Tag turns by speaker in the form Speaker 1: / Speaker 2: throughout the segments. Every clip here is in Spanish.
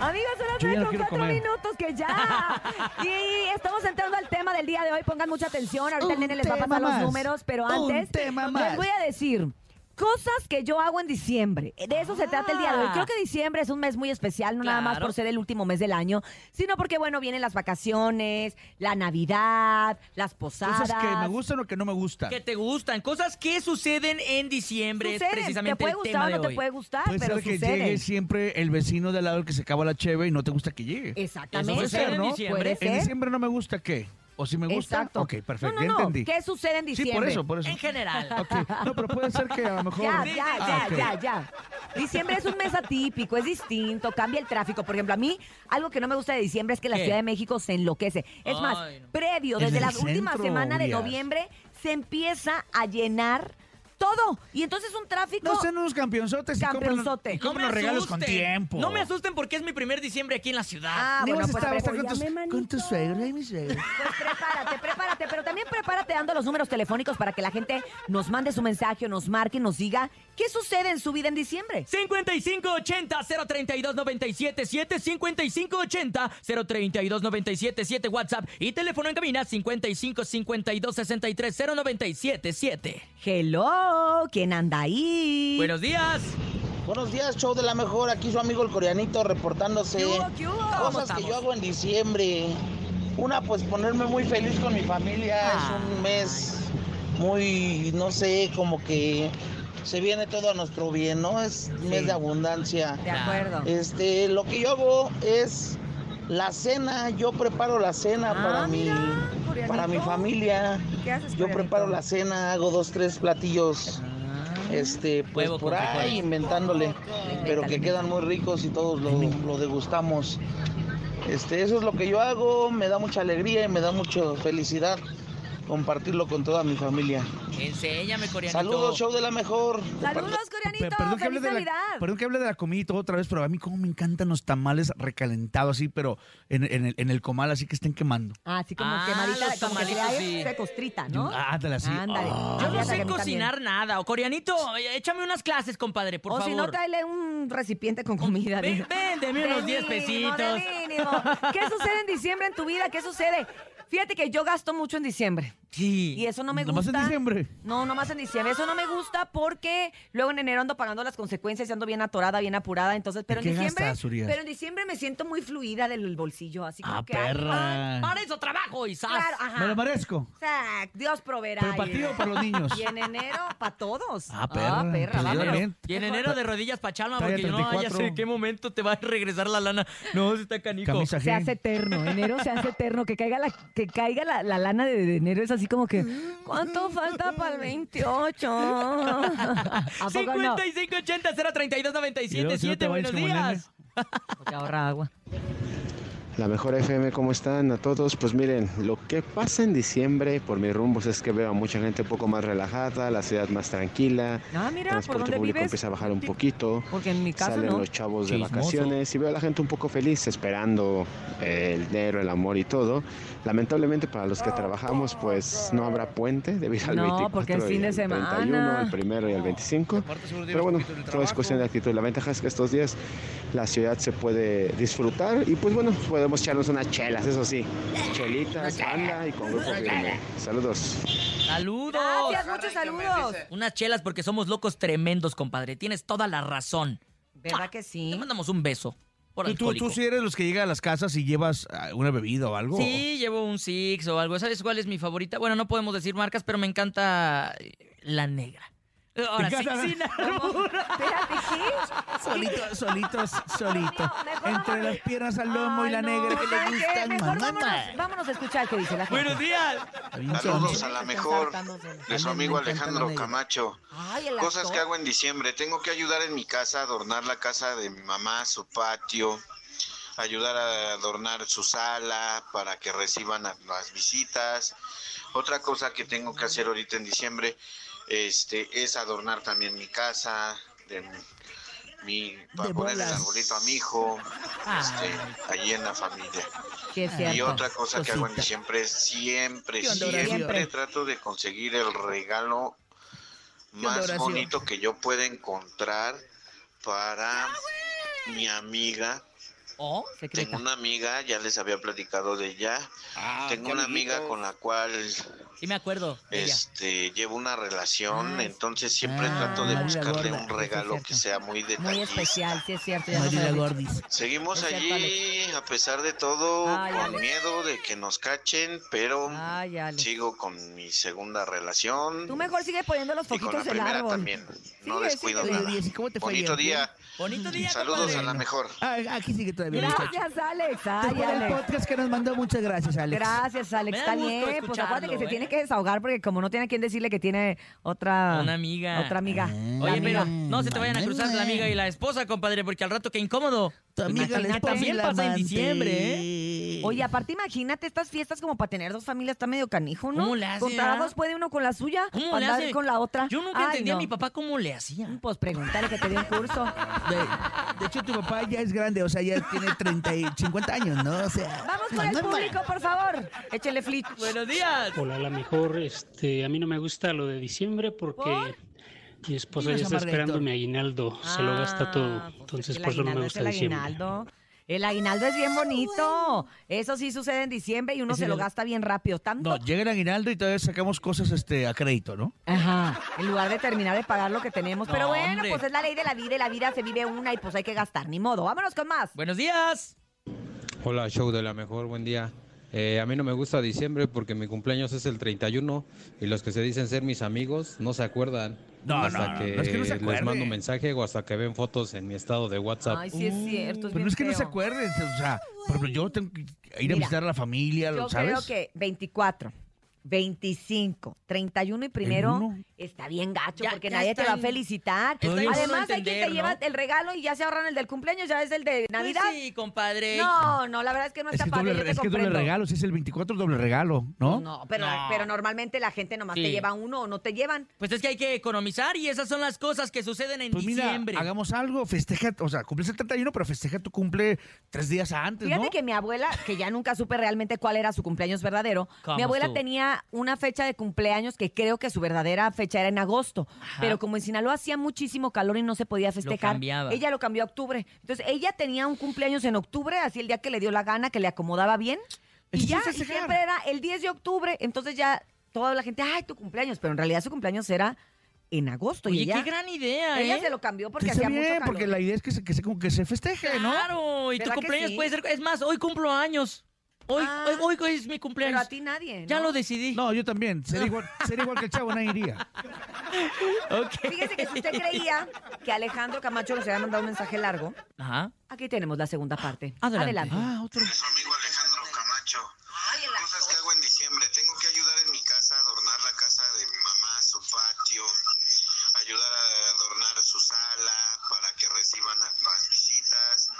Speaker 1: Amigos, son las
Speaker 2: Yo ya
Speaker 1: nueve
Speaker 2: no
Speaker 1: con
Speaker 2: quiero
Speaker 1: cuatro
Speaker 2: comer.
Speaker 1: minutos que ya. Y estamos entrando al tema del día de hoy. Pongan mucha atención. Ahorita el
Speaker 3: Un
Speaker 1: nene les va a
Speaker 3: tema
Speaker 1: pasar los
Speaker 3: más.
Speaker 1: números, pero
Speaker 3: Un
Speaker 1: antes
Speaker 3: tema
Speaker 1: les
Speaker 3: más.
Speaker 1: voy a decir cosas que yo hago en diciembre. De eso se trata el día de
Speaker 3: Ah.
Speaker 1: hoy. Creo que diciembre es un mes muy especial, no nada más
Speaker 4: Claro.
Speaker 1: por ser el último mes del año, sino porque, bueno, vienen las vacaciones, la Navidad, las posadas.
Speaker 3: Cosas que me gustan o que no me gustan.
Speaker 4: Que te gustan, cosas que suceden en diciembre, es
Speaker 1: Suceden.
Speaker 4: precisamente
Speaker 1: te puede
Speaker 4: el
Speaker 1: gustar
Speaker 4: tema
Speaker 1: o
Speaker 4: de
Speaker 1: no te
Speaker 4: hoy.
Speaker 1: puede gustar,
Speaker 3: Puede
Speaker 1: ah, pero
Speaker 3: ser que
Speaker 1: sucede.
Speaker 3: llegue siempre el vecino de al lado el que se acaba la cheve y no te gusta que llegue.
Speaker 1: Exactamente.
Speaker 3: Eso sucede en
Speaker 1: Puede
Speaker 4: diciembre.
Speaker 1: ser.
Speaker 3: En diciembre no me gusta qué. ¿O si me gusta?
Speaker 1: Exacto.
Speaker 3: Ok, perfecto,
Speaker 1: No, no,
Speaker 3: ya
Speaker 1: no.
Speaker 3: entendí.
Speaker 1: ¿Qué sucede en
Speaker 3: sí,
Speaker 1: diciembre?
Speaker 3: por eso, por eso.
Speaker 4: En general.
Speaker 3: Ok, No, pero puede ser que a lo mejor.
Speaker 1: Ya,
Speaker 4: Sí,
Speaker 1: ya, ya,
Speaker 4: sí,
Speaker 3: Ah, ok.
Speaker 1: ya, ya. Diciembre es un mes atípico, es distinto, cambia el tráfico. Por ejemplo, a mí algo que no me gusta de diciembre es que la
Speaker 4: ¿Qué?
Speaker 1: Ciudad de México se enloquece. Es más,
Speaker 4: Ay, no.
Speaker 1: previo,
Speaker 3: En
Speaker 1: desde
Speaker 3: el
Speaker 1: la última
Speaker 3: centro,
Speaker 1: semana de
Speaker 3: Urias.
Speaker 1: noviembre, se empieza a llenar todo. Y entonces un tráfico...
Speaker 3: No sean unos campeonzotes y compren,
Speaker 1: Campeonzote.
Speaker 3: y
Speaker 4: No
Speaker 3: compren
Speaker 4: me
Speaker 3: los regalos con
Speaker 4: asusten.
Speaker 3: tiempo.
Speaker 4: No me asusten porque es mi primer diciembre aquí en la ciudad.
Speaker 1: Ah,
Speaker 3: Ni
Speaker 1: bueno,
Speaker 3: vas a
Speaker 1: pues,
Speaker 3: estar-
Speaker 1: a ver,
Speaker 3: estar con tus- con tus suegros ay, mis suegros.
Speaker 1: Pues prepárate, prepárate, pero también prepárate dando los números telefónicos para que la gente nos mande su mensaje, o nos marque, nos diga qué sucede en su vida en diciembre.
Speaker 4: 5580-032-977, 5580-032-977, WhatsApp y teléfono en cabina 5552-630977.
Speaker 1: Hello, ¿quién anda ahí?
Speaker 4: Buenos días.
Speaker 5: Buenos días, show de la mejor. Aquí su amigo el coreanito reportándose.
Speaker 1: ¿Qué hubo, qué hubo? ¿Cómo
Speaker 5: Cosas que
Speaker 1: estamos?
Speaker 5: yo hago en diciembre. Una, pues ponerme muy feliz con mi familia.
Speaker 1: Ah.
Speaker 5: Es un mes muy, no sé, como que se viene todo a nuestro bien, ¿no? Es un mes de abundancia.
Speaker 1: De acuerdo.
Speaker 5: Este, lo que yo hago es la cena. Yo preparo la cena
Speaker 1: Ah,
Speaker 5: para mi,
Speaker 1: mira,
Speaker 5: para mi
Speaker 1: coreanito.
Speaker 5: familia.
Speaker 1: ¿Qué haces,
Speaker 5: Yo
Speaker 1: coreanito?
Speaker 5: preparo la cena, hago dos, tres platillos.
Speaker 4: Ah.
Speaker 5: Este, pues
Speaker 4: Huevo
Speaker 5: por
Speaker 4: con
Speaker 5: ahí
Speaker 4: frijoles.
Speaker 5: inventándole, pero que
Speaker 1: invéntale.
Speaker 5: quedan muy ricos y todos lo, lo degustamos. Este, eso es lo que yo hago, me da mucha alegría y me da mucha felicidad compartirlo con toda mi familia.
Speaker 4: Enséñame, coreanito.
Speaker 5: Saludos, show de la mejor.
Speaker 1: Saludos,
Speaker 3: Pe-
Speaker 1: coreanito.
Speaker 3: perdón, que hable
Speaker 1: Feliz
Speaker 3: de la,
Speaker 1: Navidad.
Speaker 3: perdón que hable de la comida y todo otra vez, pero a mí como me encantan los tamales recalentados así, pero en, en el, en el comal así que estén quemando.
Speaker 1: Ah, así como
Speaker 4: Ah,
Speaker 1: quemadita,
Speaker 4: los
Speaker 1: como que se, le
Speaker 4: tamalitos,
Speaker 1: haga-
Speaker 4: sí.
Speaker 1: se costrita, ¿no?
Speaker 3: Ah, ándale, así.
Speaker 1: Ándale.
Speaker 3: Ah.
Speaker 4: Yo no
Speaker 1: Fíjate que
Speaker 4: sé
Speaker 1: a mí
Speaker 4: cocinar
Speaker 1: también.
Speaker 4: nada. O coreanito, échame unas clases, compadre, por
Speaker 1: o
Speaker 4: favor.
Speaker 1: si no, tráele un recipiente con comida.
Speaker 4: Ven-
Speaker 1: digo.
Speaker 4: véndeme unos
Speaker 1: De mínimo,
Speaker 4: 10
Speaker 1: de
Speaker 4: pesitos.
Speaker 1: mínimo. ¿Qué sucede en diciembre en tu vida? ¿Qué sucede? Fíjate que yo gasto mucho en diciembre.
Speaker 4: Sí.
Speaker 1: Y eso no me
Speaker 3: ¿Nomás
Speaker 1: gusta.
Speaker 3: en diciembre?
Speaker 1: No, nomás en diciembre. Eso no me gusta porque luego en enero ando pagando las consecuencias y ando bien atorada, bien apurada. Entonces, pero en
Speaker 3: qué
Speaker 1: diciembre.
Speaker 3: gastas, Urias?
Speaker 1: pero en diciembre me siento muy fluida del bolsillo. Así como
Speaker 3: Ah,
Speaker 1: que. ay,
Speaker 3: perra.
Speaker 4: Para eso trabajo, y zas.
Speaker 1: Claro, ajá.
Speaker 3: Me lo merezco.
Speaker 1: Zac, Dios proveerá.
Speaker 3: ¿Pero para ti o para los niños?
Speaker 1: Y en enero, para todos.
Speaker 3: Ah, perra, pues yo
Speaker 1: vámonos.
Speaker 3: también.
Speaker 4: Y en enero de rodillas pa' Chalma,
Speaker 3: Talla
Speaker 4: porque no, ya
Speaker 3: 34.
Speaker 4: sé en qué momento te va a regresar la lana. No, se está canijo.
Speaker 3: Camisa
Speaker 1: Se
Speaker 3: G.
Speaker 1: hace eterno, enero se hace eterno, que caiga la, que caiga la, la lana de, de enero es así como que, ¿cuánto falta para el 28? ¿A poco no?
Speaker 4: 5580 032
Speaker 3: Y luego,
Speaker 4: 97
Speaker 3: si no
Speaker 4: 7,
Speaker 3: te bañas
Speaker 4: buenos
Speaker 3: como el
Speaker 4: días.
Speaker 1: Porque ahorra agua.
Speaker 6: La mejor FM, ¿cómo están a todos? Pues miren, lo que pasa en diciembre por mis rumbos es que veo a mucha gente un poco más relajada, la ciudad más tranquila,
Speaker 1: Ah, mira, ¿por
Speaker 6: transporte
Speaker 1: dónde
Speaker 6: público
Speaker 1: vives?
Speaker 6: empieza a bajar un poquito,
Speaker 1: Porque en mi casa
Speaker 6: salen
Speaker 1: no.
Speaker 6: los chavos de
Speaker 3: Chismoso.
Speaker 6: vacaciones y veo a la gente un poco feliz esperando eh, el dinero, el amor y todo. Lamentablemente para los que trabajamos pues no habrá puente debido al
Speaker 1: No,
Speaker 6: 24
Speaker 1: porque es
Speaker 6: y
Speaker 1: fin de
Speaker 6: el 31,
Speaker 1: semana.
Speaker 6: el primero y el 25.
Speaker 3: Aparte, seguro llevas
Speaker 6: Pero bueno,
Speaker 3: poquito en el
Speaker 6: todo es
Speaker 3: trabajo.
Speaker 6: cuestión de actitud. La ventaja es que estos días la ciudad se puede disfrutar y pues bueno, podemos echarnos unas chelas, eso sí. Chelitas, banda y con grupo firme. Saludos.
Speaker 4: Saludos.
Speaker 1: Gracias, muchos saludos.
Speaker 4: Unas chelas porque somos locos tremendos, compadre. Tienes toda la razón.
Speaker 1: ¿Verdad que
Speaker 4: Te
Speaker 1: sí?
Speaker 4: mandamos un beso. Por
Speaker 3: ¿Tú, tú,
Speaker 4: alcohólico.
Speaker 3: tú sí eres los que llega a las casas y llevas ah, una bebida o algo?
Speaker 4: Sí, llevo un Six o algo. ¿Sabes cuál es mi favorita? Bueno, no podemos decir marcas, pero me encanta eh, la negra. Ahora sí,
Speaker 3: encanta?
Speaker 4: sin albur.
Speaker 1: Espérate, ¿qué?
Speaker 3: Solito, solitos, solito.
Speaker 1: Dios mío, mejor
Speaker 3: Entre
Speaker 1: vámonos.
Speaker 3: las piernas al lomo y la
Speaker 1: Ay,
Speaker 3: negra
Speaker 1: no,
Speaker 3: que le
Speaker 1: ¿saben qué?
Speaker 3: gustan.
Speaker 1: Mejor
Speaker 3: mamá.
Speaker 1: vámonos, vámonos a escuchar qué dice la gente.
Speaker 4: Buenos días.
Speaker 3: Está bien
Speaker 7: Saludos
Speaker 3: sabroso.
Speaker 7: a la mejor de su amigo Alejandro Camacho.
Speaker 1: Ay, el
Speaker 7: Cosas
Speaker 1: actor.
Speaker 7: que hago en diciembre. Tengo que ayudar en mi casa, adornar la casa de mi mamá, su patio, ayudar a adornar su sala para que reciban a- las visitas. Otra cosa que tengo que hacer ahorita en diciembre este, es adornar también mi casa, de mi, para ponerle el
Speaker 3: bolas.
Speaker 7: arbolito a mi hijo, este,
Speaker 4: Ay.
Speaker 7: allí en la familia.
Speaker 1: Sí, es
Speaker 7: Y
Speaker 1: cierto.
Speaker 7: otra cosa que hago en
Speaker 3: Cosita.
Speaker 7: diciembre es siempre,
Speaker 4: ¿Qué onda,
Speaker 7: siempre,
Speaker 4: Horacio?
Speaker 7: trato de conseguir el regalo más
Speaker 4: Horacio?
Speaker 7: bonito que yo pueda encontrar para mi amiga.
Speaker 4: O secreta.
Speaker 7: Tengo una amiga, ya les había platicado de ella.
Speaker 1: Ah,
Speaker 7: Tengo una amiga con la cual
Speaker 4: Sí me acuerdo de ella.
Speaker 7: este llevo una relación,
Speaker 1: Ah,
Speaker 7: entonces siempre
Speaker 4: Ah,
Speaker 7: trato de
Speaker 1: María
Speaker 7: buscarle
Speaker 1: Gorda,
Speaker 7: un
Speaker 1: sí es
Speaker 7: regalo
Speaker 1: cierto.
Speaker 7: que sea muy detallista.
Speaker 1: Muy especial, sí es cierto. ya nos
Speaker 4: María
Speaker 1: habías dicho.
Speaker 4: Gordis.
Speaker 7: Seguimos
Speaker 1: Es cierto,
Speaker 7: allí a pesar de todo,
Speaker 1: Ay,
Speaker 7: con
Speaker 1: Alex.
Speaker 7: miedo de que nos cachen, pero
Speaker 1: Ay, Alex.
Speaker 7: sigo con mi segunda relación
Speaker 1: Tú mejor sigue poniendo los
Speaker 7: y con la
Speaker 1: foquitos del
Speaker 7: primera
Speaker 1: árbol.
Speaker 7: también. No
Speaker 1: Sigue,
Speaker 7: descuido
Speaker 1: sigue.
Speaker 7: nada.
Speaker 3: Oye, ¿y cómo te fue
Speaker 7: Bonito
Speaker 3: ayer?
Speaker 7: día.
Speaker 4: Bonito día,
Speaker 7: Saludos
Speaker 4: compadre.
Speaker 7: a la mejor.
Speaker 3: Ah, aquí sigue todavía. muchacho.
Speaker 1: Gracias, Alex.
Speaker 3: Este
Speaker 1: Ay,
Speaker 3: fue el
Speaker 1: Alex.
Speaker 3: podcast que nos mandó. Muchas gracias, Alex.
Speaker 1: Gracias, Alex.
Speaker 4: Me da
Speaker 1: Está
Speaker 4: gusto
Speaker 1: bien. Pues acuérdate que se
Speaker 4: escucharlo,
Speaker 1: tiene
Speaker 4: ¿eh?
Speaker 1: que desahogar porque como no tiene a quien decirle que tiene otra...
Speaker 4: Una amiga.
Speaker 1: Ah, Otra amiga. La
Speaker 4: Oye, pero
Speaker 1: amiga.
Speaker 4: no se te vayan a cruzar la amiga y la esposa, compadre, porque al rato que incómodo.
Speaker 3: Tu amiga, la
Speaker 1: Imagínate.
Speaker 3: esposa y
Speaker 4: También
Speaker 3: la
Speaker 4: pasa en
Speaker 3: amante.
Speaker 4: diciembre, ¿eh?
Speaker 1: Oye, aparte imagínate estas fiestas como para tener dos familias, está medio canijo, ¿no?
Speaker 4: ¿Cómo le hace,
Speaker 1: Contra
Speaker 4: ah?
Speaker 1: dos puede uno con la suya,
Speaker 4: ¿Cómo le
Speaker 1: andar
Speaker 4: hace?
Speaker 1: con la otra.
Speaker 4: Yo nunca
Speaker 1: Ay,
Speaker 4: entendí a
Speaker 1: no.
Speaker 4: mi papá cómo le hacía.
Speaker 1: Pues preguntarle que te dé un curso.
Speaker 3: De, de hecho, tu papá ya es grande, o sea, ya tiene 30 y 50 años, ¿no? O sea,
Speaker 1: Vamos con el
Speaker 3: no, no, no.
Speaker 1: público, por favor. Échele flip.
Speaker 4: Buenos días.
Speaker 2: Hola, la mejor, este, a mí no me gusta lo de diciembre porque mi esposa
Speaker 3: Dinos,
Speaker 2: ya está
Speaker 3: amarga,
Speaker 2: esperando
Speaker 3: Héctor.
Speaker 2: mi aguinaldo, se lo gasta todo,
Speaker 1: Ah, pues,
Speaker 2: entonces
Speaker 1: es que
Speaker 2: por
Speaker 1: el
Speaker 2: eso no me
Speaker 1: aguinaldo
Speaker 2: gusta
Speaker 1: es el
Speaker 2: diciembre.
Speaker 1: aguinaldo. El aguinaldo es bien bonito. Eso sí sucede en diciembre y uno
Speaker 3: Ese
Speaker 1: se lo
Speaker 3: ya-
Speaker 1: gasta bien rápido. Tanto.
Speaker 3: No, llega el aguinaldo y todavía sacamos cosas este, a crédito, ¿no?
Speaker 1: Ajá. En lugar de terminar de pagar lo que tenemos.
Speaker 4: No,
Speaker 1: Pero bueno,
Speaker 4: hombre.
Speaker 1: pues es la ley de la vida y la vida se vive una y pues hay que gastar. Ni modo. Vámonos con más.
Speaker 4: Buenos días.
Speaker 8: Hola, show de la mejor, buen día. Eh, a mí no me gusta diciembre porque mi cumpleaños es el 31 y los que se dicen ser mis amigos no se acuerdan.
Speaker 3: No, no,
Speaker 8: hasta
Speaker 3: no,
Speaker 8: que,
Speaker 3: no es que no se
Speaker 8: les mando
Speaker 3: acuerde.
Speaker 8: un mensaje o hasta que ven fotos en mi estado de WhatsApp.
Speaker 1: Ay, sí es cierto.
Speaker 3: Mm, Pero
Speaker 1: bien
Speaker 3: no es que no se
Speaker 1: feo.
Speaker 3: acuerden, o sea, por ejemplo, yo tengo que ir
Speaker 1: Mira,
Speaker 3: a visitar a la familia,
Speaker 1: Yo
Speaker 3: ¿sabes?
Speaker 1: creo que 24, 25, 31 y primero
Speaker 3: uno.
Speaker 1: está bien gacho
Speaker 4: Ya-
Speaker 1: porque
Speaker 4: ya
Speaker 1: nadie te va a
Speaker 4: están-
Speaker 1: felicitar.
Speaker 4: está en uno
Speaker 1: Además, hay quien
Speaker 4: entender,
Speaker 1: te lleva
Speaker 4: ¿no?
Speaker 1: el regalo y ya se ahorran el del cumpleaños, ya es el de Navidad.
Speaker 4: Pues sí, compadre.
Speaker 1: No, no, la verdad es que no
Speaker 3: Es
Speaker 1: está
Speaker 3: que,
Speaker 1: padre.
Speaker 3: doble,
Speaker 1: yo te
Speaker 3: es que doble
Speaker 1: comprendo.
Speaker 3: regalo, si es el 24 doble regalo, ¿no?
Speaker 1: No, pero,
Speaker 4: Pues No.
Speaker 1: pero normalmente la gente nomás
Speaker 4: Sí.
Speaker 1: te lleva uno o no te llevan.
Speaker 4: Pues es que hay que economizar y esas son las cosas que suceden en
Speaker 3: Pues mira,
Speaker 4: diciembre.
Speaker 3: hagamos algo, festeja, o sea, cumples el 31, pero festeja tu cumple tres días antes,
Speaker 1: Fíjate
Speaker 3: Pues ¿no?
Speaker 1: que mi abuela, que ya nunca supe realmente cuál era su cumpleaños verdadero,
Speaker 4: ¿Cómo
Speaker 1: mi abuela
Speaker 4: estuvo?
Speaker 1: tenía una fecha de cumpleaños que creo que su verdadera fecha era en agosto, pero como en Sinaloa hacía muchísimo calor y no se podía festejar,
Speaker 4: cambiaba.
Speaker 1: ella lo cambió a octubre. Entonces, ella tenía un cumpleaños en octubre, así el día que le dio la gana, que le acomodaba bien, y
Speaker 3: Eso es
Speaker 1: ya, y
Speaker 3: festejar.
Speaker 1: siempre era el 10 de octubre, entonces ya toda la gente, ay, tu cumpleaños, pero en realidad su cumpleaños era en agosto. y
Speaker 4: Oye,
Speaker 1: ella,
Speaker 4: qué gran idea,
Speaker 1: ella
Speaker 4: ¿eh?
Speaker 1: se lo cambió porque
Speaker 3: Está
Speaker 1: hacía
Speaker 3: bien,
Speaker 1: mucho calor.
Speaker 3: porque la idea es que se, que se, como que se festeje, ¿no?
Speaker 4: Claro, y tu
Speaker 1: ¿Verdad que
Speaker 4: cumpleaños
Speaker 1: sí?
Speaker 4: puede ser... Es más, hoy cumplo años. Hoy,
Speaker 1: Ah,
Speaker 4: hoy, hoy es mi
Speaker 1: Pero
Speaker 4: cumpleaños.
Speaker 1: a ti nadie.
Speaker 4: Ya
Speaker 1: ¿no?
Speaker 4: lo decidí.
Speaker 3: No, yo también. Sería igual, sería igual que el chavo, nadie iría.
Speaker 4: Ok.
Speaker 1: Fíjese que si usted creía que Alejandro Camacho nos había mandado un mensaje largo,
Speaker 4: Ajá.
Speaker 1: aquí tenemos la segunda parte.
Speaker 4: Adelante.
Speaker 3: Ah, otro.
Speaker 7: Nuestro amigo Alejandro Camacho. Cosas que hago en diciembre. Tengo que ayudar en mi casa, adornar la casa de mi mamá, su patio, ayudar a adornar su sala para que reciban a las visitas.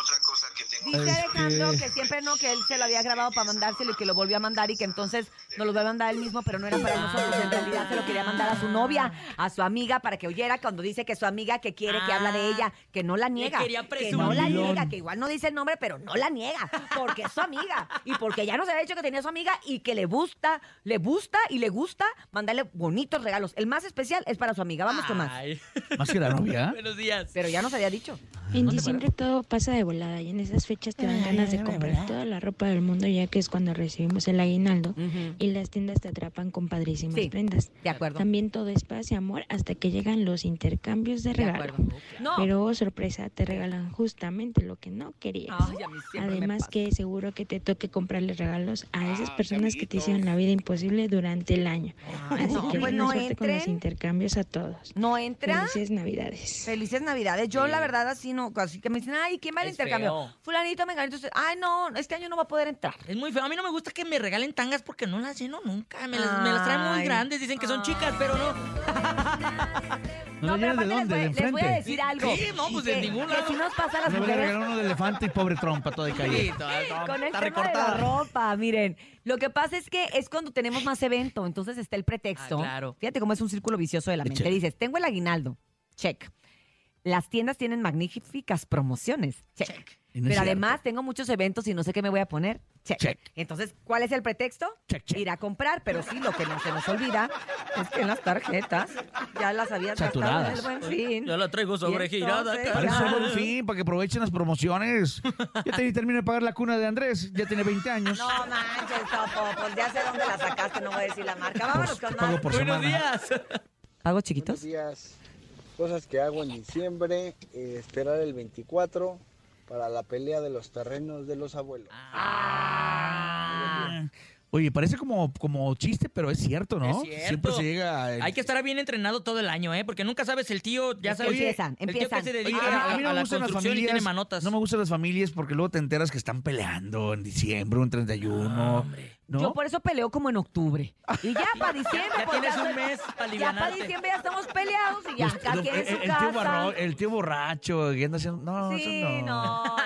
Speaker 7: Otra cosa que tengo que
Speaker 1: Dice
Speaker 7: hacer
Speaker 1: Alejandro que siempre no, que él se lo había grabado para mandárselo y que lo volvió a mandar y que entonces nos lo va a mandar él mismo, pero no era para nosotros. En realidad se lo quería mandar a su novia, a su amiga, para que oyera cuando dice que su amiga que quiere, que habla de ella, que no la niega.
Speaker 4: quería
Speaker 1: Que no la
Speaker 4: presumir.
Speaker 1: niega, que igual no dice el nombre, pero no la niega, porque es su amiga. Y porque ya nos había dicho que tenía su amiga y que le gusta, le gusta y le gusta mandarle bonitos regalos. El más especial es para su amiga. Vamos con más.
Speaker 4: Ay.
Speaker 3: Más que la novia. ¿ah?
Speaker 4: Buenos días.
Speaker 1: Pero ya nos había dicho.
Speaker 9: En
Speaker 4: ¿No te
Speaker 9: diciembre todo pasa de volada y en esas fechas te dan ganas de comprar toda la ropa del mundo ya que es cuando recibimos el aguinaldo y las tiendas te atrapan con padrísimas
Speaker 1: Sí.
Speaker 9: prendas.
Speaker 1: De acuerdo.
Speaker 9: También todo es paz y amor hasta que llegan los intercambios de
Speaker 1: De
Speaker 9: regalo.
Speaker 1: acuerdo. No.
Speaker 9: Pero oh, sorpresa, te regalan justamente lo que no querías.
Speaker 1: Ay, a mí siempre me
Speaker 9: Además
Speaker 1: pasa.
Speaker 9: que seguro que te toque comprarle regalos a esas personas que te hicieron la vida imposible durante el año. Así
Speaker 1: no,
Speaker 9: que
Speaker 1: pues
Speaker 9: buena
Speaker 1: no
Speaker 9: suerte con los
Speaker 1: entren.
Speaker 9: intercambios a todos.
Speaker 1: No entra.
Speaker 9: Felices Navidades.
Speaker 1: Felices Navidades. Yo,
Speaker 4: Sí.
Speaker 1: la verdad, así no. Así que me dicen, ay, ¿quién va al
Speaker 4: Es
Speaker 1: intercambio?
Speaker 4: feo.
Speaker 1: Fulanito, menganito. usted- Ay, no, este año no va a poder entrar.
Speaker 4: Es muy feo. A mí no me gusta que me regalen tangas porque no las lleno nunca. Me las, me las traen muy
Speaker 1: Ay.
Speaker 4: grandes. Dicen que son chicas, pero no.
Speaker 3: ¿No,
Speaker 1: pero
Speaker 3: llenas de
Speaker 1: aparte les voy- les,
Speaker 3: dónde? ¿De
Speaker 1: voy, a
Speaker 3: enfrente?
Speaker 1: decir algo.
Speaker 4: Sí, no, pues,
Speaker 1: que,
Speaker 4: de ningún
Speaker 1: que
Speaker 4: lado.
Speaker 1: si nos pasa a las
Speaker 3: Me voy a
Speaker 1: mujeres
Speaker 3: regalar uno de elefante y pobre trompa, todo de calle.
Speaker 1: con el tema de la ropa, miren. Lo que pasa es que es cuando tenemos más evento, entonces está el pretexto.
Speaker 4: Ah, claro.
Speaker 1: Fíjate cómo es un círculo vicioso de la mente.
Speaker 3: Échale.
Speaker 1: Dices, tengo el aguinaldo, check. Las tiendas tienen magníficas promociones, check.
Speaker 3: Y no es
Speaker 1: Pero
Speaker 3: cierto.
Speaker 1: además tengo muchos eventos y no sé qué me voy a poner, Check.
Speaker 3: Check.
Speaker 1: Entonces, ¿cuál es el pretexto?
Speaker 3: Check, check.
Speaker 1: Ir a comprar, pero sí, lo que no se nos olvida es que en las tarjetas ya las habías
Speaker 3: Saturadas.
Speaker 1: gastado en el buen fin.
Speaker 4: Ya la traigo sobregirada.
Speaker 1: entonces,
Speaker 4: cara.
Speaker 3: Para eso
Speaker 1: Ya.
Speaker 3: solo un fin, para que aprovechen las promociones. Ya te, terminé de pagar la cuna de Andrés, ya tiene 20 años.
Speaker 1: No manches, Topo, pues ya sé dónde la sacaste, no voy a decir la marca. Vámonos
Speaker 3: Pues,
Speaker 1: con
Speaker 3: te pago
Speaker 1: más.
Speaker 3: por
Speaker 4: Buenos
Speaker 3: semana.
Speaker 4: días.
Speaker 1: ¿Pagos chiquitos?
Speaker 10: días. Cosas que hago en diciembre, eh, esperar el 24 para la pelea de los terrenos de los abuelos.
Speaker 3: Ah. Oye, parece como, como chiste, pero es cierto, ¿no?
Speaker 4: Es cierto.
Speaker 3: Siempre se llega. el-
Speaker 4: Hay que estar bien entrenado todo el año, ¿eh? Porque nunca sabes el tío, ya
Speaker 1: Es que
Speaker 4: sabes.
Speaker 1: empiezan,
Speaker 4: el tío
Speaker 1: empiezan.
Speaker 4: que se
Speaker 3: Oye,
Speaker 4: dedica
Speaker 3: a mí-
Speaker 4: a,
Speaker 3: a mí no
Speaker 4: a
Speaker 3: me
Speaker 4: la
Speaker 3: gustan las
Speaker 4: construcción y tiene
Speaker 3: familias.
Speaker 4: manotas.
Speaker 3: No me gustan las familias porque luego te enteras que están peleando en diciembre, un 31. ¿no?
Speaker 1: Yo por eso peleo como en octubre. Y ya para diciembre.
Speaker 4: Ya
Speaker 1: pues,
Speaker 4: tienes
Speaker 1: ya
Speaker 4: un
Speaker 1: estoy-
Speaker 4: mes para
Speaker 1: Ya para
Speaker 4: alivianarte.
Speaker 1: diciembre ya estamos peleados y ya
Speaker 3: Usted-
Speaker 1: cada
Speaker 3: Pues, no,
Speaker 1: quien en
Speaker 3: el,
Speaker 1: su
Speaker 3: el tío
Speaker 1: casa.
Speaker 3: barro- el tío borracho, que anda haciendo. No,
Speaker 1: sí,
Speaker 3: eso
Speaker 1: no, no.